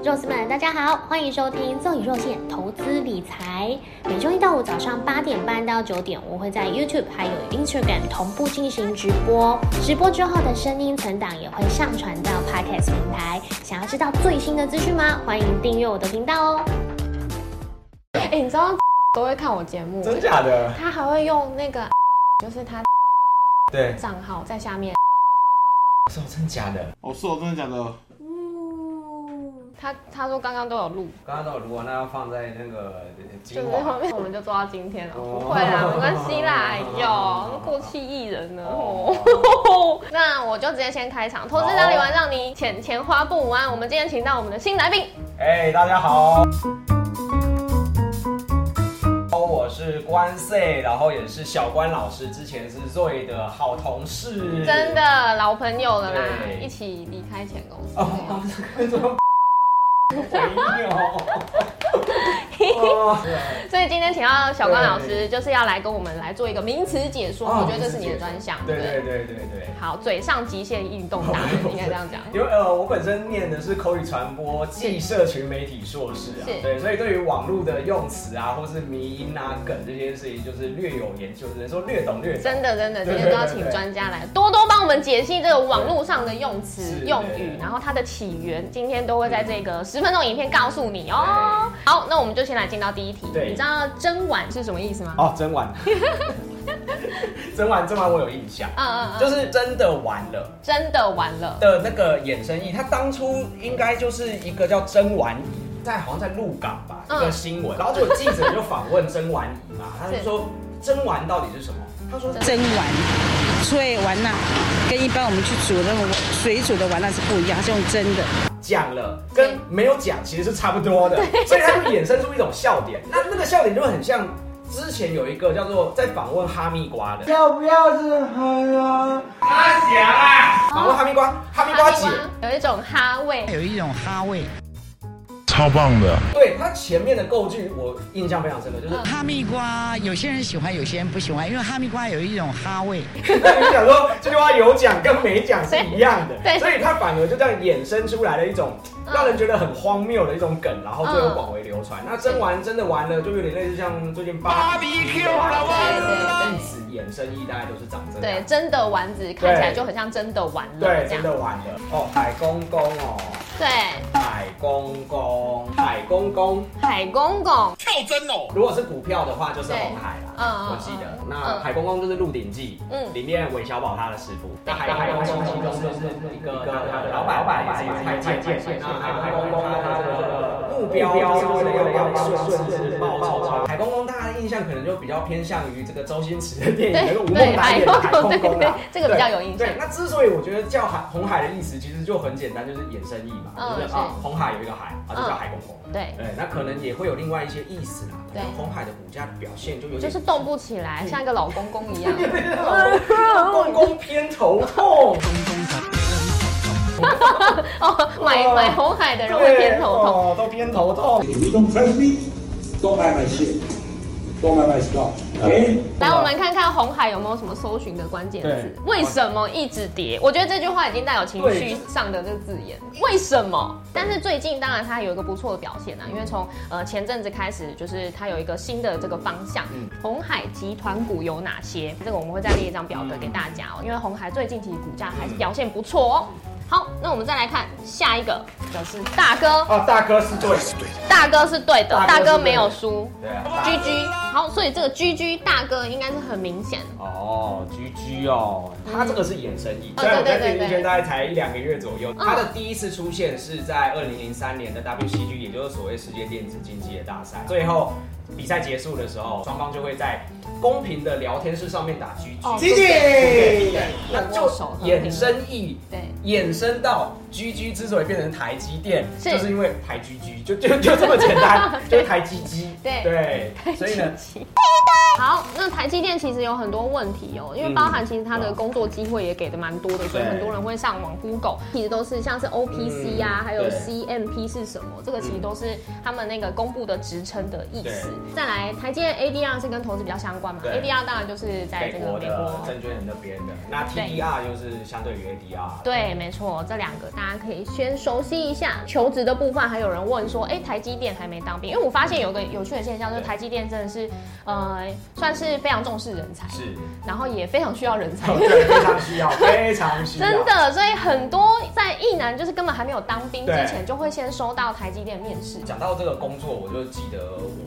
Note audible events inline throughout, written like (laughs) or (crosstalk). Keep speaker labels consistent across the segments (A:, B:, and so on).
A: 肉丝们，大家好，欢迎收听《赠与肉馅投资理财》。每周一到五早上八点半到九点，我会在 YouTube 还有 Instagram 同步进行直播。直播之后的声音存档也会上传到 Podcast 平台。想要知道最新的资讯吗？欢迎订阅我的频道哦。
B: 哎、你知道都会看我节目，
C: (laughs) 真假的？
B: 他还会用那个就是他
C: 对，
B: 账号在下面，
C: 我说哦真假的？
D: 我哦是我真的假的？
B: 他他说刚刚都有录，
C: 刚刚都有录啊，那要放在那个
B: 就
C: 精
B: 是
C: 华。
B: 后面我们就做到今天了，
C: 哦
B: 不会啦，没关系
C: (laughs)
B: 啦，哎呦，过气艺人了哦。 (laughs) 那我就直接先开场，投
C: 哦
B: 资哪里玩，让你钱钱花不完。我们今天请到我们的新来宾，
C: 哎，大家好。哦我是关 C，然后也是小关老师，之前是 Zoe 的好同事。
B: 真的老朋友了啦，
C: 对
B: 一起离开前公司。
C: 哦，
B: (laughs)
C: 这个回忆哦。
B: 所以今天请到小关老师，就是要来跟我们来做一个名词解说，
C: 哦
B: 我觉得这是你的专项。
C: 对对对对对。
B: 好，嘴上极限运动达人，应该这样
C: (laughs)
B: 讲。
C: 因为呃，我本身念的是口语传播暨社群媒体硕士啊
B: 是，
C: 对，所以对于网络的用词啊，或是迷音啊、梗这些事情，就是略有研究，只能说略懂略懂。
B: 真的，真的，今
C: 对
B: 天都要请专家来多多帮我们解析这个网络上的用词
C: 是
B: 用语，然后它的起源，今天都会在这个十分钟影片告诉你哦。好，那我们就先来进到第一题。
C: 对
B: 你知道“真碗”是什么意思吗？
C: 哦，真玩， (laughs) 真玩，真玩，我有印象，
B: 嗯嗯嗯，
C: 就是真的玩了。
B: 真的完了。
C: 的那个衍生意，它当初应该就是一个叫曾婉仪，在好像在鹿港吧，一
B: 嗯
C: 个新闻，然后就有记者就访问曾婉仪嘛，他就是说曾玩到底是什么？他说
E: 蒸丸、脆丸呐、跟一般我们去煮那种水煮的丸呐是不一样，它是用蒸的。
C: 讲了跟没有讲其实是差不多的，所以它就衍生出一种笑点。那那个笑点就很像之前有一个叫做在访问哈密瓜的，要不要是很啊？阿翔啊，访问哈密瓜，哈密瓜姐，
B: 有一种哈味，
E: 有一种哈味，
F: 超棒的。
C: 对她前面的构句我印象非常深刻，就是
E: 哈密瓜有些人喜欢，有些人不喜欢，因为哈密瓜有一种哈味。
C: (laughs) 那就想说这句话有讲跟没讲是一样
B: 对对
C: 的，所以它反而就这样衍生出来了一种
B: 嗯
C: 让人觉得很荒谬的一种梗，然后最后广为流传。那真玩真的玩了，就有点类似像最近芭比 Q 了
B: 对对对
C: 意思衍生意大概都是长这
B: 对
C: 样，。
B: 真的丸子看起来就很像真的完了
C: 对，
B: 这样。
C: 真的玩了哦，海公公哦，
B: 对，
C: 海公公，海公公。
B: 海公公，
C: 如果是股票的话，就是红海
B: 对
C: 啦。
B: 嗯
C: 我记得
B: 嗯。
C: 那
B: 嗯
C: 海公公就是《鹿鼎记》，
B: 嗯
C: 里面韦小宝他的师傅。
B: 对
C: 那海海公公其中就是一个他的老板，老板也是一个太监。那海公公他的目标是为了要顺顺治报仇。海公公大家印象可能就比较偏向于这个周星驰的电影，那个吴孟达演的海公公啦。
B: 对对对这个比较有印象
C: 对，那之所以我觉得叫海红海的意思，其实就很简单，就是衍生意嘛，
B: 嗯
C: 就是
B: 是
C: 啊，红海有一个海，啊，就叫海公公。
B: 对，
C: 对，哎那可能也会有另外一些意思啦。
B: 哎对
C: 红海的股价表现就有
B: 就
C: 点 (laughs)
B: 是动不起来，像一个老公公一样。
C: 公公偏头痛，
B: 哦，买买红海的人会偏头痛。
C: 哦痛，都偏头痛。
G: If you don't trust me, don't buy my shit. Don't buy my stock. Okay?
B: 来，我们看看红海有没有什么搜寻的关键字？
C: 对
B: 为什么一直跌？我觉得这句话已经带有情绪上的这个字眼。为什么？但是最近当然它有一个不错的表现啊，因为从呃前阵子开始，就是它有一个新的这个方向。
C: 嗯
B: 红海集团股有哪些？这个我们会再列一张表格给大家哦，因为红海最近其实股价还是表现不错哦。
C: 嗯
B: 好，那我们再来看下一个，就是大哥，
C: 啊，大哥是对的，
B: 大哥是对的，
C: 大
B: 大
C: 哥是对
B: 哥
C: 的
B: 没有输。
C: 对啊。
B: 居居，好，所以这个居居大哥应该是很明显。
C: 哦，居居哦，他这个是衍生意，
B: 嗯哦
C: 虽然我
B: 对对
C: 在
B: 对嗯
C: 电竞
B: 对
C: 圈大概才一两个月左右，他的第一次出现是在二零零三年的 WCG，也就是所谓世界电子竞技的大赛，最后比赛结束的时候，双方就会在公平的聊天室上面打居
B: 哦
C: 居，
B: 对对对
C: 那就衍生意，
B: 对
C: 衍生到 GG 之所以变成台积电，
B: 是，
C: 就是因为台 GG，就就就这么简单
B: (laughs)
C: 就是台积机，
B: 对
C: 对，所以呢，
B: 好，那台积电其实有很多问题哦，因为包含其实它的工作机会也给的蛮多的，所以
C: 嗯对
B: 很多人会上网 Google，其实都是像是 OPC 啊，
C: 嗯
B: 还有
C: 对
B: CMP 是什么，这个其实都是他们那个公布的职称的意思
C: 对。
B: 再来，台积电 ADR 是跟投资比较相关嘛
C: 对
B: ，ADR 当然就是在
C: 美
B: 这个
C: 国
B: 美
C: 的
B: 国。
C: 证券人那边的，那
B: 对
C: TDR 就是相对于 ADR，
B: 对，没错，这两个大家可以先熟悉一下求职的部分。还有人问说，哎、台积电还没当兵，因为我发现有个有趣的现象，就是台积电真的是，呃，算是非常重视人才，
D: 是，
B: 然后也非常需要人
C: (laughs)
B: 才。
C: 哦
D: 对，非常需要，非常需要，
B: 真的，所以很多在役男就是根本还没有当兵之
D: 对
B: 前，就会先收到台积电面试。
C: 讲到这个工作，我就记得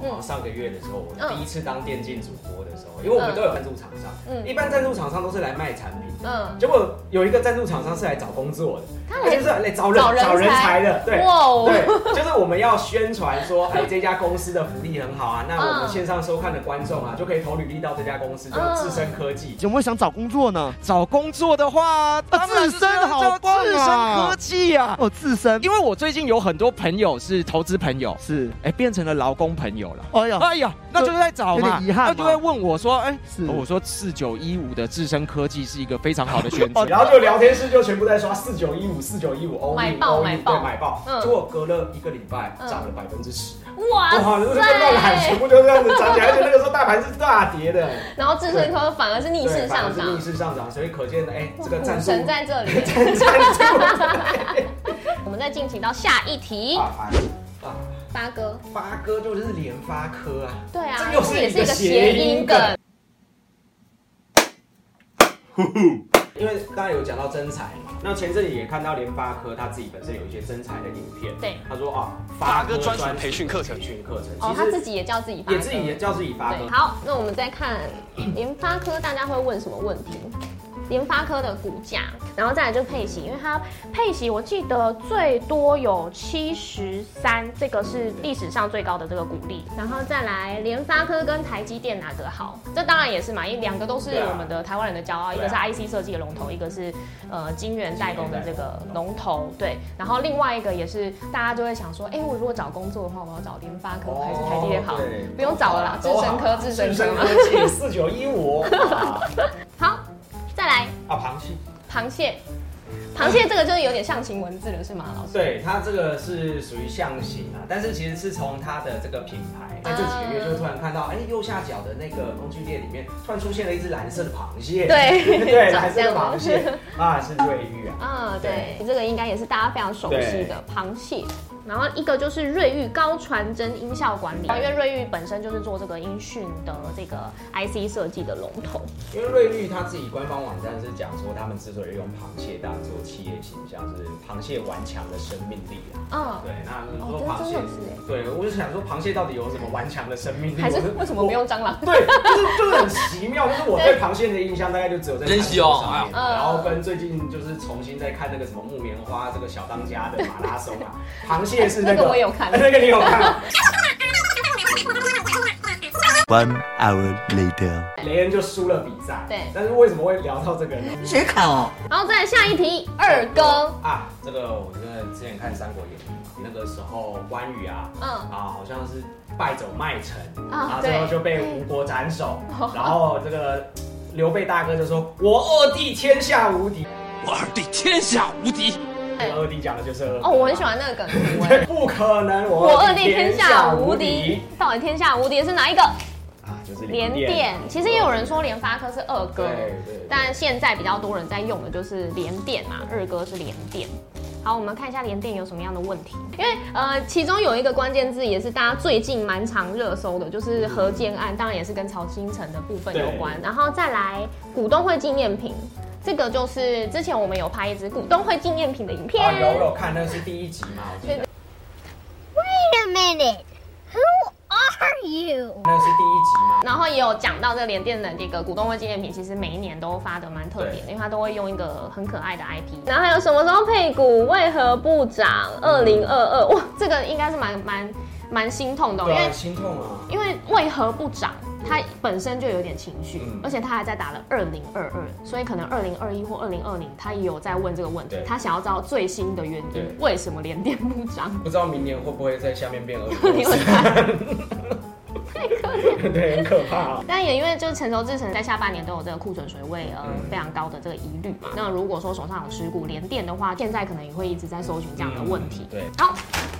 C: 我
B: 嗯
C: 上个月的时候，我
B: 嗯
C: 第一次当电竞主播的时候，因为我们
B: 嗯
C: 都有赞助厂商，
B: 嗯
C: 一般赞助厂商都是来卖产品。
B: 嗯，
C: 结果有一个赞助厂商是来找工作的，
B: 他
C: 而且
B: 来
C: 是来找人
B: 找人才
C: 找人才的，对，
B: 哇哦，
C: 对，就是我们要宣传说，哎，这家公司的福利很好啊，那我
B: 嗯
C: 们线上收看的观众啊，就可以投履历到这家公司，就
B: 嗯
C: 自身科技。
H: 有没有想找工作呢？哦
I: 找工作的话，当然
H: 自身好棒啊
I: 自身科技啊。
H: 哦，自身
I: 因为我最近有很多朋友是投资朋友，
H: 是，
I: 哎，变成了劳工朋友了。
H: 哎呀，
I: 哎呀，那就是在
H: 有
I: 找嘛，
H: 点遗憾嘛
I: 他就会问我说，哎，
H: 是
I: 我说四九一五的智深科技是一个非常好的
B: (laughs)
I: 选择。
C: 然后就聊天室就全部在刷四九一五四九一五，
B: 买爆买爆
C: 对买爆。
B: 嗯
C: 结果隔了一个礼拜，
B: 嗯啊
C: 涨了百分之十，
B: 哇
C: 哇，就是看到海全
B: 塞！
C: 部就这样子涨起来，而且那个时候大盘是大跌的，
B: (laughs) 然后智胜科反而是 (laughs) 逆势
C: 对反而
B: 上
C: 是
B: 涨
C: 逆，势上涨，所以可见的，哎，这个战
B: 股
C: 术
B: 神在这里。
C: (laughs) 战战术。
B: (laughs) 我们再进行到下一题，
C: 啊啊
B: 八哥，
C: 发哥就是联发科啊，
B: 对啊，
C: 这又是
B: 也
C: 一
B: 是一
C: 个
B: 个谐
C: 谐
B: 音
C: 音
B: 梗
C: 梗。因为刚才有讲到真才嘛，那前阵子也看到联发科他自己本身有一些真才的影片，
B: 对
C: 他说啊，
D: 发哥专属培训课程
C: 培训课程，
B: 哦，
C: 其
B: 他自
C: 实
B: 己也叫自己发
C: 也自己
B: 哥
C: 也叫自己发
B: 对，
C: 哥，
B: 好，那我们再看联发科，大家会问什么问题？联发科的股价，然后再来就是配息，因为它配息我记得最多有七十三，这个是历史上最高的这个股利。然后再来联发科跟台积电哪个好？这当然也是嘛，因为两个都是
C: 对啊
B: 我们的台湾人的骄傲，一个
C: 对啊
B: 是 IC 设计的龙头，一个是呃晶圆代工的这个龙头。对，然后另外一个也是大家就会想说，哎，我如果找工作的话，我要找联发科还是台积电好
C: 哦对？
B: 不用找了啦，智深科、智深科嘛。
C: 技四九一五啊，
B: 好，再来
C: 螃蟹，
B: 螃蟹。螃蟹这个就是有点象形文字了，是吗，老师？
C: 对，它这个是属于象形啊，但是其实是从它的这个品牌，在这几个月就突然看到，哎，右下角的那个工具列里面突然出现了一只蓝色的螃蟹，
B: 对
C: (laughs) 对，蓝色
B: 长相
C: 的螃蟹啊，是瑞
B: (laughs)
C: 玉啊，
B: 嗯，对
C: 对，
B: 这个应该也是大家非常熟悉的螃蟹。然后一个就是瑞昱高传真音效管理，因为瑞昱本身就是做这个音讯的这个 IC 设计的龙头。
C: 因为瑞昱它自己官方网站是讲说，他们之所以用螃蟹当做企业形象，是螃蟹顽强的生命力啊。
B: 嗯，
C: 对，那你
B: 哦
C: 说
B: 这
C: 螃蟹，
B: 真的是欸
C: 对我就想说，螃蟹到底有什么顽强的生命力？
B: 还是
C: 我就
B: 为什么不？用 (laughs) 蟑螂
C: 我？对，就是就是很奇妙，就是我对螃蟹的印象大概就只有在
D: 珍惜哦
C: 看书上面
B: 哎呀
C: 然后跟最近就是重新在看那个什么木棉花这个小当家的马拉松啊，螃蟹是那
B: 那
C: 个
B: 个我有看
C: (laughs) 那个你有看
B: (laughs)
C: 啊，
J: One hour later.
C: 雷恩就输了比赛，
B: 对
C: 但是为什么会聊到这个呢？
B: 然后再来下一题，二哥，
C: 啊，这个我真的之前看《三国演义》嘛，那个时候关羽啊，
B: 嗯
C: 啊，好像是败走麦城，然
B: 啊
C: 后最后
B: 对
C: 就被吴国斩首， (laughs) 然后这个刘备大哥就说：“我二弟天下无敌。
D: 我二弟天下无敌。”
B: 哎
C: 二弟讲的就是二哥
B: 哦，我很喜欢那个梗图哎。
C: 对，不可
B: (laughs)
C: 能，
B: 我
C: 我
B: 二弟天下无敌，到底天下无敌的是哪一个？
C: 啊，就是
B: 联
C: 连
B: 电，其实也有人说联发科是二哥
C: 对对对，
B: 但现在比较多人在用的就是联电嘛，二哥是联电。好，我们看一下联电有什么样的问题，因为呃，其中有一个关键字也是大家最近蛮常热搜的，就是核建案，当然也是跟曹新成的部分有关，然后再来股东会纪念品。这个就是之前我们有拍一支股东会纪念品的影片
C: 啊，，有有看那是第一集嘛，我记得
K: Wait a minute. Who are you?
C: 那是第一集嘛。
B: 然后也有讲到这个联电的这个股东会纪念品，其实每一年都发的蛮特别的，因为它都会用一个很可爱的 IP。然后还有什么时候配股，为何不涨？二零二二，哇，这个应该是蛮蛮蛮心痛的哦，
C: 对
B: 因为
C: 啊，心痛啊！
B: 因为为何不涨？它本身就有点情绪，
C: 嗯
B: 而且它还在打了二零二二，所以可能二零二一或二零二零，他也有在问这个问题
C: 对，
B: 他想要知道最新的原
C: 对
B: 因，为什么联电不涨？ (laughs)
C: 不知道明年会不会在下面变二
B: 二零二
C: 哥，
B: 太可怜了。
C: (laughs) 对，很可怕啊。
B: 但也因为就是成熟制成在下半年都有这个库存水位呃、
C: 嗯
B: 非常高的这个疑虑嘛。那如果说手上有持股连电的话，现在可能也会一直在搜寻这样的问题。
C: 嗯对，
B: 好，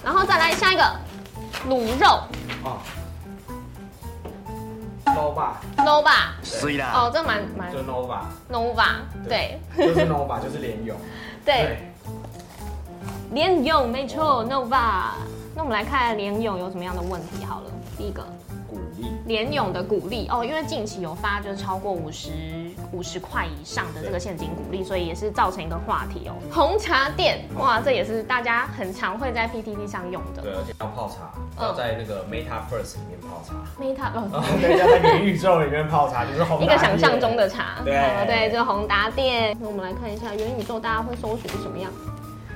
B: 然后再来下一个卤肉
L: 哦
C: 啊，捞吧，
B: Nova
C: 啊
D: 虽然
B: 哦，这蛮蛮
C: 就 Nova，
B: Nova 对 (laughs)
C: 就是 Nova，就是联勇。
B: 对，联咏没错，Nova。那我们来看联咏有什么样的问题好了。第一个，
L: 鼓励
B: 联咏的鼓励哦，因为近期有发就是超过五十五十块以上的这个现金鼓励，所以也是造成一个话题哦。红茶店哇，这也是大家很常会在 PTT 上用的。
C: 对，而且要泡茶，
B: 嗯
C: 要在那个 Meta First 里面泡茶。
B: Meta
L: 然
B: 哦
C: 哦
L: 后在哦在元宇宙里面泡茶，就是红
B: (laughs) 一个想象中的茶，
L: 对
B: 哦对，这宏达店。那我们来看一下元宇宙大家会搜寻什么样。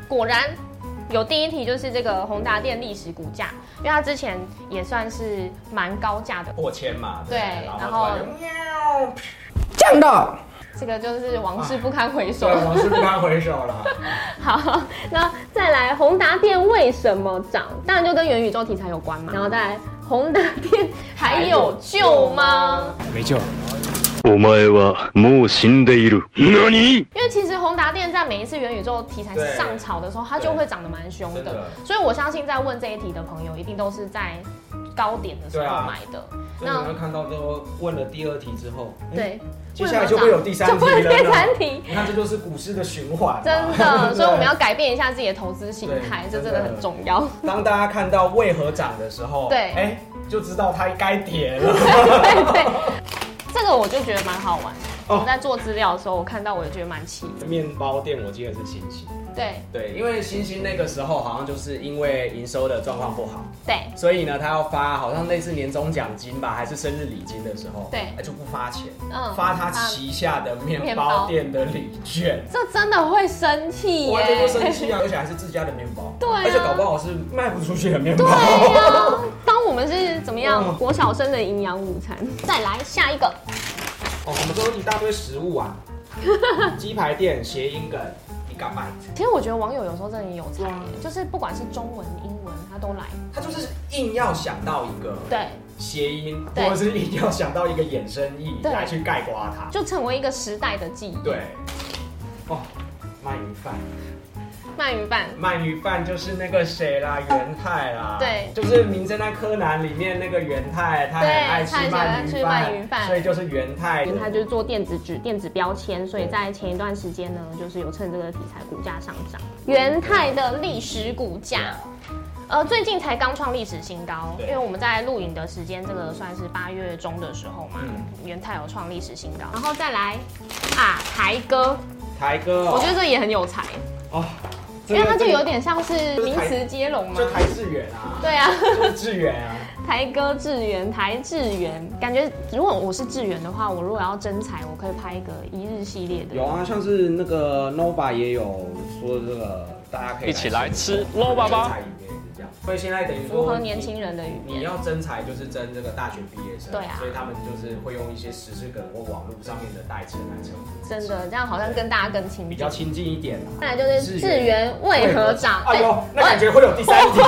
B: 果然有第一题就是这个宏达店历史股价，因为它之前也算是蛮高价的，
C: 破千嘛，
B: 对，然
C: 然
B: 后
C: 后突然
B: 降到这个就是往事不堪回首，
L: 对，往事不堪回首
C: (laughs)
L: 了。
B: (laughs) 好，那再来宏达电为什么涨？当然就跟元宇宙题材有关
C: (laughs)
B: 嘛。然后再来宏达电还有救吗？
M: 没救。お前はもう死んでいる。何？
B: 因为其实宏达电在每一次元宇宙题材上潮的时候，它就会涨得蛮凶
C: 真
B: 的
C: 的，
B: 所以我相信在问这一题的朋友，一定都是在高点的时
C: 对
B: 候
C: 啊
B: 买的。
C: 所以你们看到之后，问了第二题之后，哎
B: 对，
C: 接下来就会有第三题
B: 就会有
C: 了呢
B: 第三
C: (laughs)
B: 题
L: 你看，这就是股市的循环嘛。
B: 真
L: 对
B: 的，
L: 不对
B: 所以我们要改变一下自己的投资形态，这真的很重要。
C: 当大家看到为何涨的时候，
B: 对
L: 哎，就知道它该跌了。
C: (laughs)
B: 这个我就觉得蛮好玩。
L: 哦
B: 我们在做资料的时候，我看到我也觉得蛮气。
L: 面包店我记得是星星，
B: 对
C: 对，因为星星那个时候好像就是因为营收的状况不好，
B: 对，
C: 所以呢，他要发好像类似年终奖金吧，还是生日礼金的时候，
B: 对
C: 哎就不发钱，
B: 嗯
C: 发他旗下的面包店的礼券。
B: 这真的会生气耶！
C: 完全就生气啊！而且还是自家的面包，
B: 对啊
C: 而且搞不好是卖不出去的面包。
B: 对
C: 啊
B: 呀、
C: (laughs)
B: 当我们是怎么样
C: 嗯
B: 国小生的营养午餐？ (laughs) 再来下一个，
L: 哦，我们都一大堆食物啊，鸡排店谐音梗，你敢买？
B: 其实我觉得网友有时候真的也有才耶，就是不管是中文、英文，他都来。
C: 他就是硬要想到一个
B: 对，
L: 谐音，
B: 对
L: 或者是一定要想到一个衍生意
B: 对
L: 来去盖刮它。
B: 就成为一个时代的记忆。
L: 对，哦，鳗鱼饭，
B: 鳗鱼饭，
L: 鳗鱼饭就是那个谁啦，元太啦，
B: 对
L: 就是《名侦探柯南》里面那个元太，他很
B: 对
L: 爱吃
B: 他很喜欢
L: 鳗
B: 吃
L: 鱼饭，
B: 鳗鱼饭
L: 所以就是元太。
B: 它就是做电子纸、电子标签，所以在前一段时间呢，就是有趁这个题材股价上涨。元泰的历史股价，呃，最近才刚创历史新高，因
N: 对
B: 为我们在录影的时间，这个算是八月中的时候嘛，
L: 嗯
B: 元泰有创历史新高。然后再来啊，台哥，
L: 台哥哦，
B: 我觉得这也很有才，
L: 哦，
B: 因为它就有点像是名词接龙嘛，
L: 就台志远啊，
B: 对啊 (laughs)
L: 就是志远啊，
B: 台哥志源，台志源，感觉如果我是志源的话，我如果要真才，我可以拍一个一日系列的。
C: 有啊，像是那个 Nova 也有说这个，大家可以
D: 一起来吃
C: Nova
D: Nova 吧
C: 吧。这样所以现在等于说
B: 符合年轻人的语
C: 你要争才就是争这个大学毕业生，
B: 对啊
C: 所以他们就是会用一些时事梗或网络上面的代称来称呼，
B: 真的，这样好像跟大家更亲
D: 嗯
C: 比
B: 近。
C: 较亲近一点啊啦。
B: 再来就是志源为何长？
L: 哎呦，那感觉会有第三题。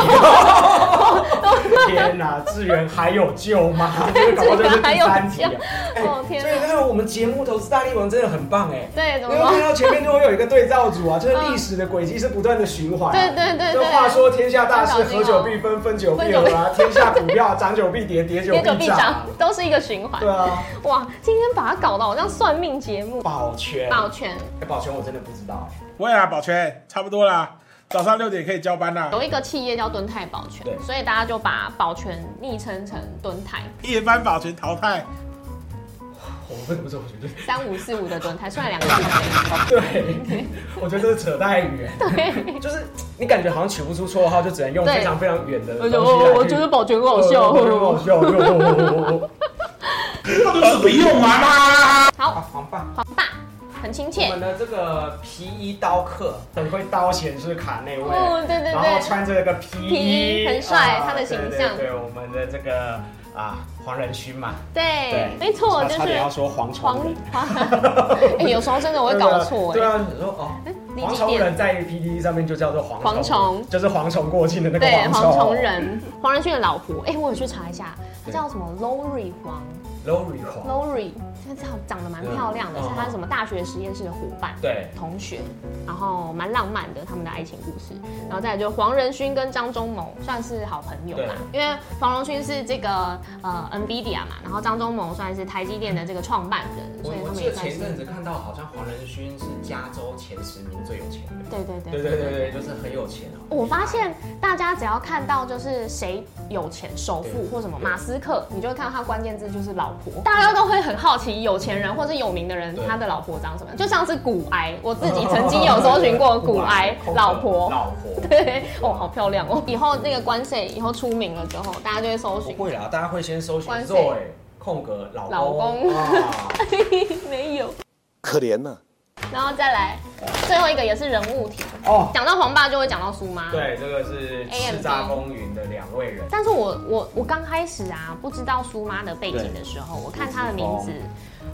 L: 天哪，志源还有救吗？
B: (laughs)
L: 这个搞不好就是第三题啊。
B: 哦天
L: 所以
B: 哪！
L: 看我们节目《投资大力王》真的很棒哎。
B: (laughs) 对，
L: 因
B: 怎
L: 为
B: 么
L: 看到
B: 了？
L: 前面就会有一个对照组啊，就是历史的轨迹是不断的循环啊、
B: 嗯对对对对
L: 就话说天下大事，合久必分，分久必合啊
B: 哦分
L: 天
B: 久。必
L: 下股票涨久必跌，跌久
B: 久
L: 必
B: 必
L: 涨
B: 涨
L: 啊。，
B: 都是一个循环。
L: 对啊，
B: 哇，今天把它搞得好像算命节目。
L: 保全，
B: 保全
L: 哎保全我真的不知道哎。
O: 不会啦，啊宝全，差不多啦，早上六点可以交班啦。
B: 有一个企业叫敦泰保全，
O: 对
B: 所以大家就把保全昵称成敦泰。
O: 夜班宝全淘汰，
L: 我为什么这么觉得？
B: 三五四五的蹲台，虽然两个字。
L: (laughs) 对，我觉得这是扯太远。
B: 对，
L: 就是你感觉好像取不出绰号，就只能用
B: 对
L: 非常非常远的东西
B: 而且
L: 来去。呃
B: 我我觉得保全很好笑，
L: 我觉得很好
B: (laughs)
L: 笑。
O: 那都是不用啊玩啦。
B: 好，
L: 黄爸，
B: 黄爸，很亲
L: 我
B: 切
L: 们。的这个皮衣刀客很会刀显示卡内位，
B: 哦对对对
L: 然后穿着个皮
B: 皮衣
L: 衣，
B: 很帅
L: 啊
B: 他的形
L: 对
B: 象
L: 对对，我们的这个啊黄仁勋嘛，
B: 对，哎没错，
L: 差
B: 就是
L: 差点要说蝗
B: 黄
L: 虫人，
B: 黄。 (laughs) 哎，有时候真的我会搞错
L: (laughs) 对
B: 哎。
L: 啊，你说哦，
B: 你
L: 蝗
B: 几
L: 虫人
B: 点？
L: 在 PDE 上面就叫做蝗
B: 蝗虫
L: 就是蝗虫过境的那个
B: 对，
L: 蝗
B: 黄崇仁，黄仁勋的老婆。哎，我有去查一下，她叫什么 Lori 黄
L: ，Lori 蝗，
B: 哦，Lori 她长长得蛮漂亮的，
C: 嗯
B: 是她什么大学实验室的伙伴，
C: 对
B: 同学，然后蛮浪漫的他们的爱情故事。
C: 嗯
B: 然后再来就黄仁勋跟张忠谋算是好朋友啦，因为黄仁勋是这个呃 NVIDIA 嘛，然后张忠谋算是台积电的这个创办人，
C: 我
B: 所以
C: 我
B: 他们
C: 记得
B: 也算
C: 前
B: 是。
C: 阵子看到，好像黄仁勋是加州前十名最有钱的。
B: 对对对
C: 对对对对，就是很有钱啊。
L: 哦
B: 我发现大家只要看到就是谁有钱首富或什么马斯克，你就会看到他关键字就是老婆，大家都会很好奇有钱人或是有名的人他的老婆长什么样，就像是骨癌，我自己曾经有搜寻过 (laughs) 骨癌老婆，
C: 老婆，
B: 对， (laughs) 哦，好漂亮哦！以后那个关税以后出名了之后，大家就会搜
C: 不
B: 寻 (laughs)
C: 会啦，大家会先搜寻
B: 关
C: Zoe 空格老公。
B: 老公
C: 啊，
B: 没有，
N: 可怜呐、
B: 然后再来最后一个也是人物题
C: 哦，
B: 讲到黄爸就会讲到苏妈，
C: 对，这个是叱咤风云的两位人。
B: 但是我我我刚开始啊，不知道苏妈的背景的时候，我看她的名字，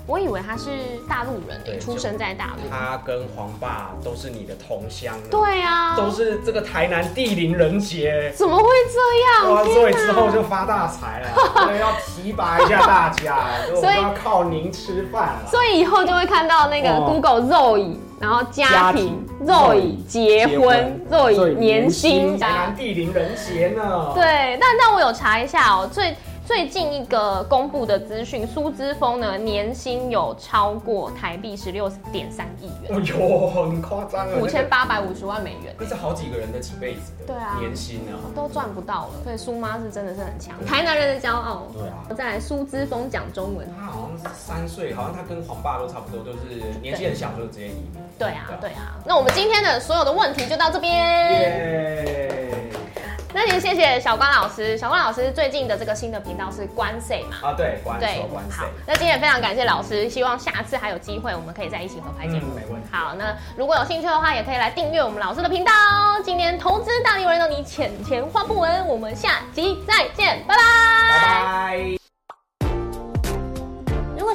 B: 我以为她是大陆人、欸，
C: 对
B: 出生在大陆。
C: 他跟黄爸都是你的同乡啊，
B: 对啊，
C: 都是这个台南地灵人杰。
B: 怎么会这
C: 哇，
B: 样？
C: 所
B: 哦
C: 以
B: 天
C: 之
B: 哪
C: 后就发大财了，所以要提拔一下大家，我
B: 所
C: 们
B: 以
C: 要靠您吃饭了。
B: 所以以后就会看到那个
C: 哦
B: Google Zoe，然后家
C: 家
B: 庭
C: 庭
B: Zoe 结婚 Zoe 年薪
C: 台
B: 啊
C: 南。地灵人杰呢？
B: 对，但但我有查一下哦，最最近一个公布的资讯，苏之峰呢年薪有超过台币十六点三亿
C: (laughs)
B: 元，
C: 哎呦，很夸张啊！
B: 五千八百五十万美元。
C: 那是好几个人的几辈子的
B: 对啊
C: 年薪啊。
B: 都赚不到了，所以苏妈是真的是很强，台南人的骄傲。
C: 对啊，
B: 再来苏之峰讲中文，
C: 他好像是三岁，好像他跟黄爸都差不多，就是年纪很小就直接移民。
B: 对啊，对啊。那我们今天的所有的问题就到这边。
C: 耶！
B: 那也谢谢小关老师，小关老师最近的这个新的频道是关 C 嘛？
C: 啊，对，关
B: 对
C: 手关，手
B: 好。，那今天也非常感谢老师，希望下次还有机会，我们可以再一起合拍节目。
C: 嗯没问题
B: 好，那如果有兴趣的话，也可以来订阅我们老师的频道哦。今天投资大力人到你浅钱花不完，我们下集再见，拜拜
C: 拜。
A: 如果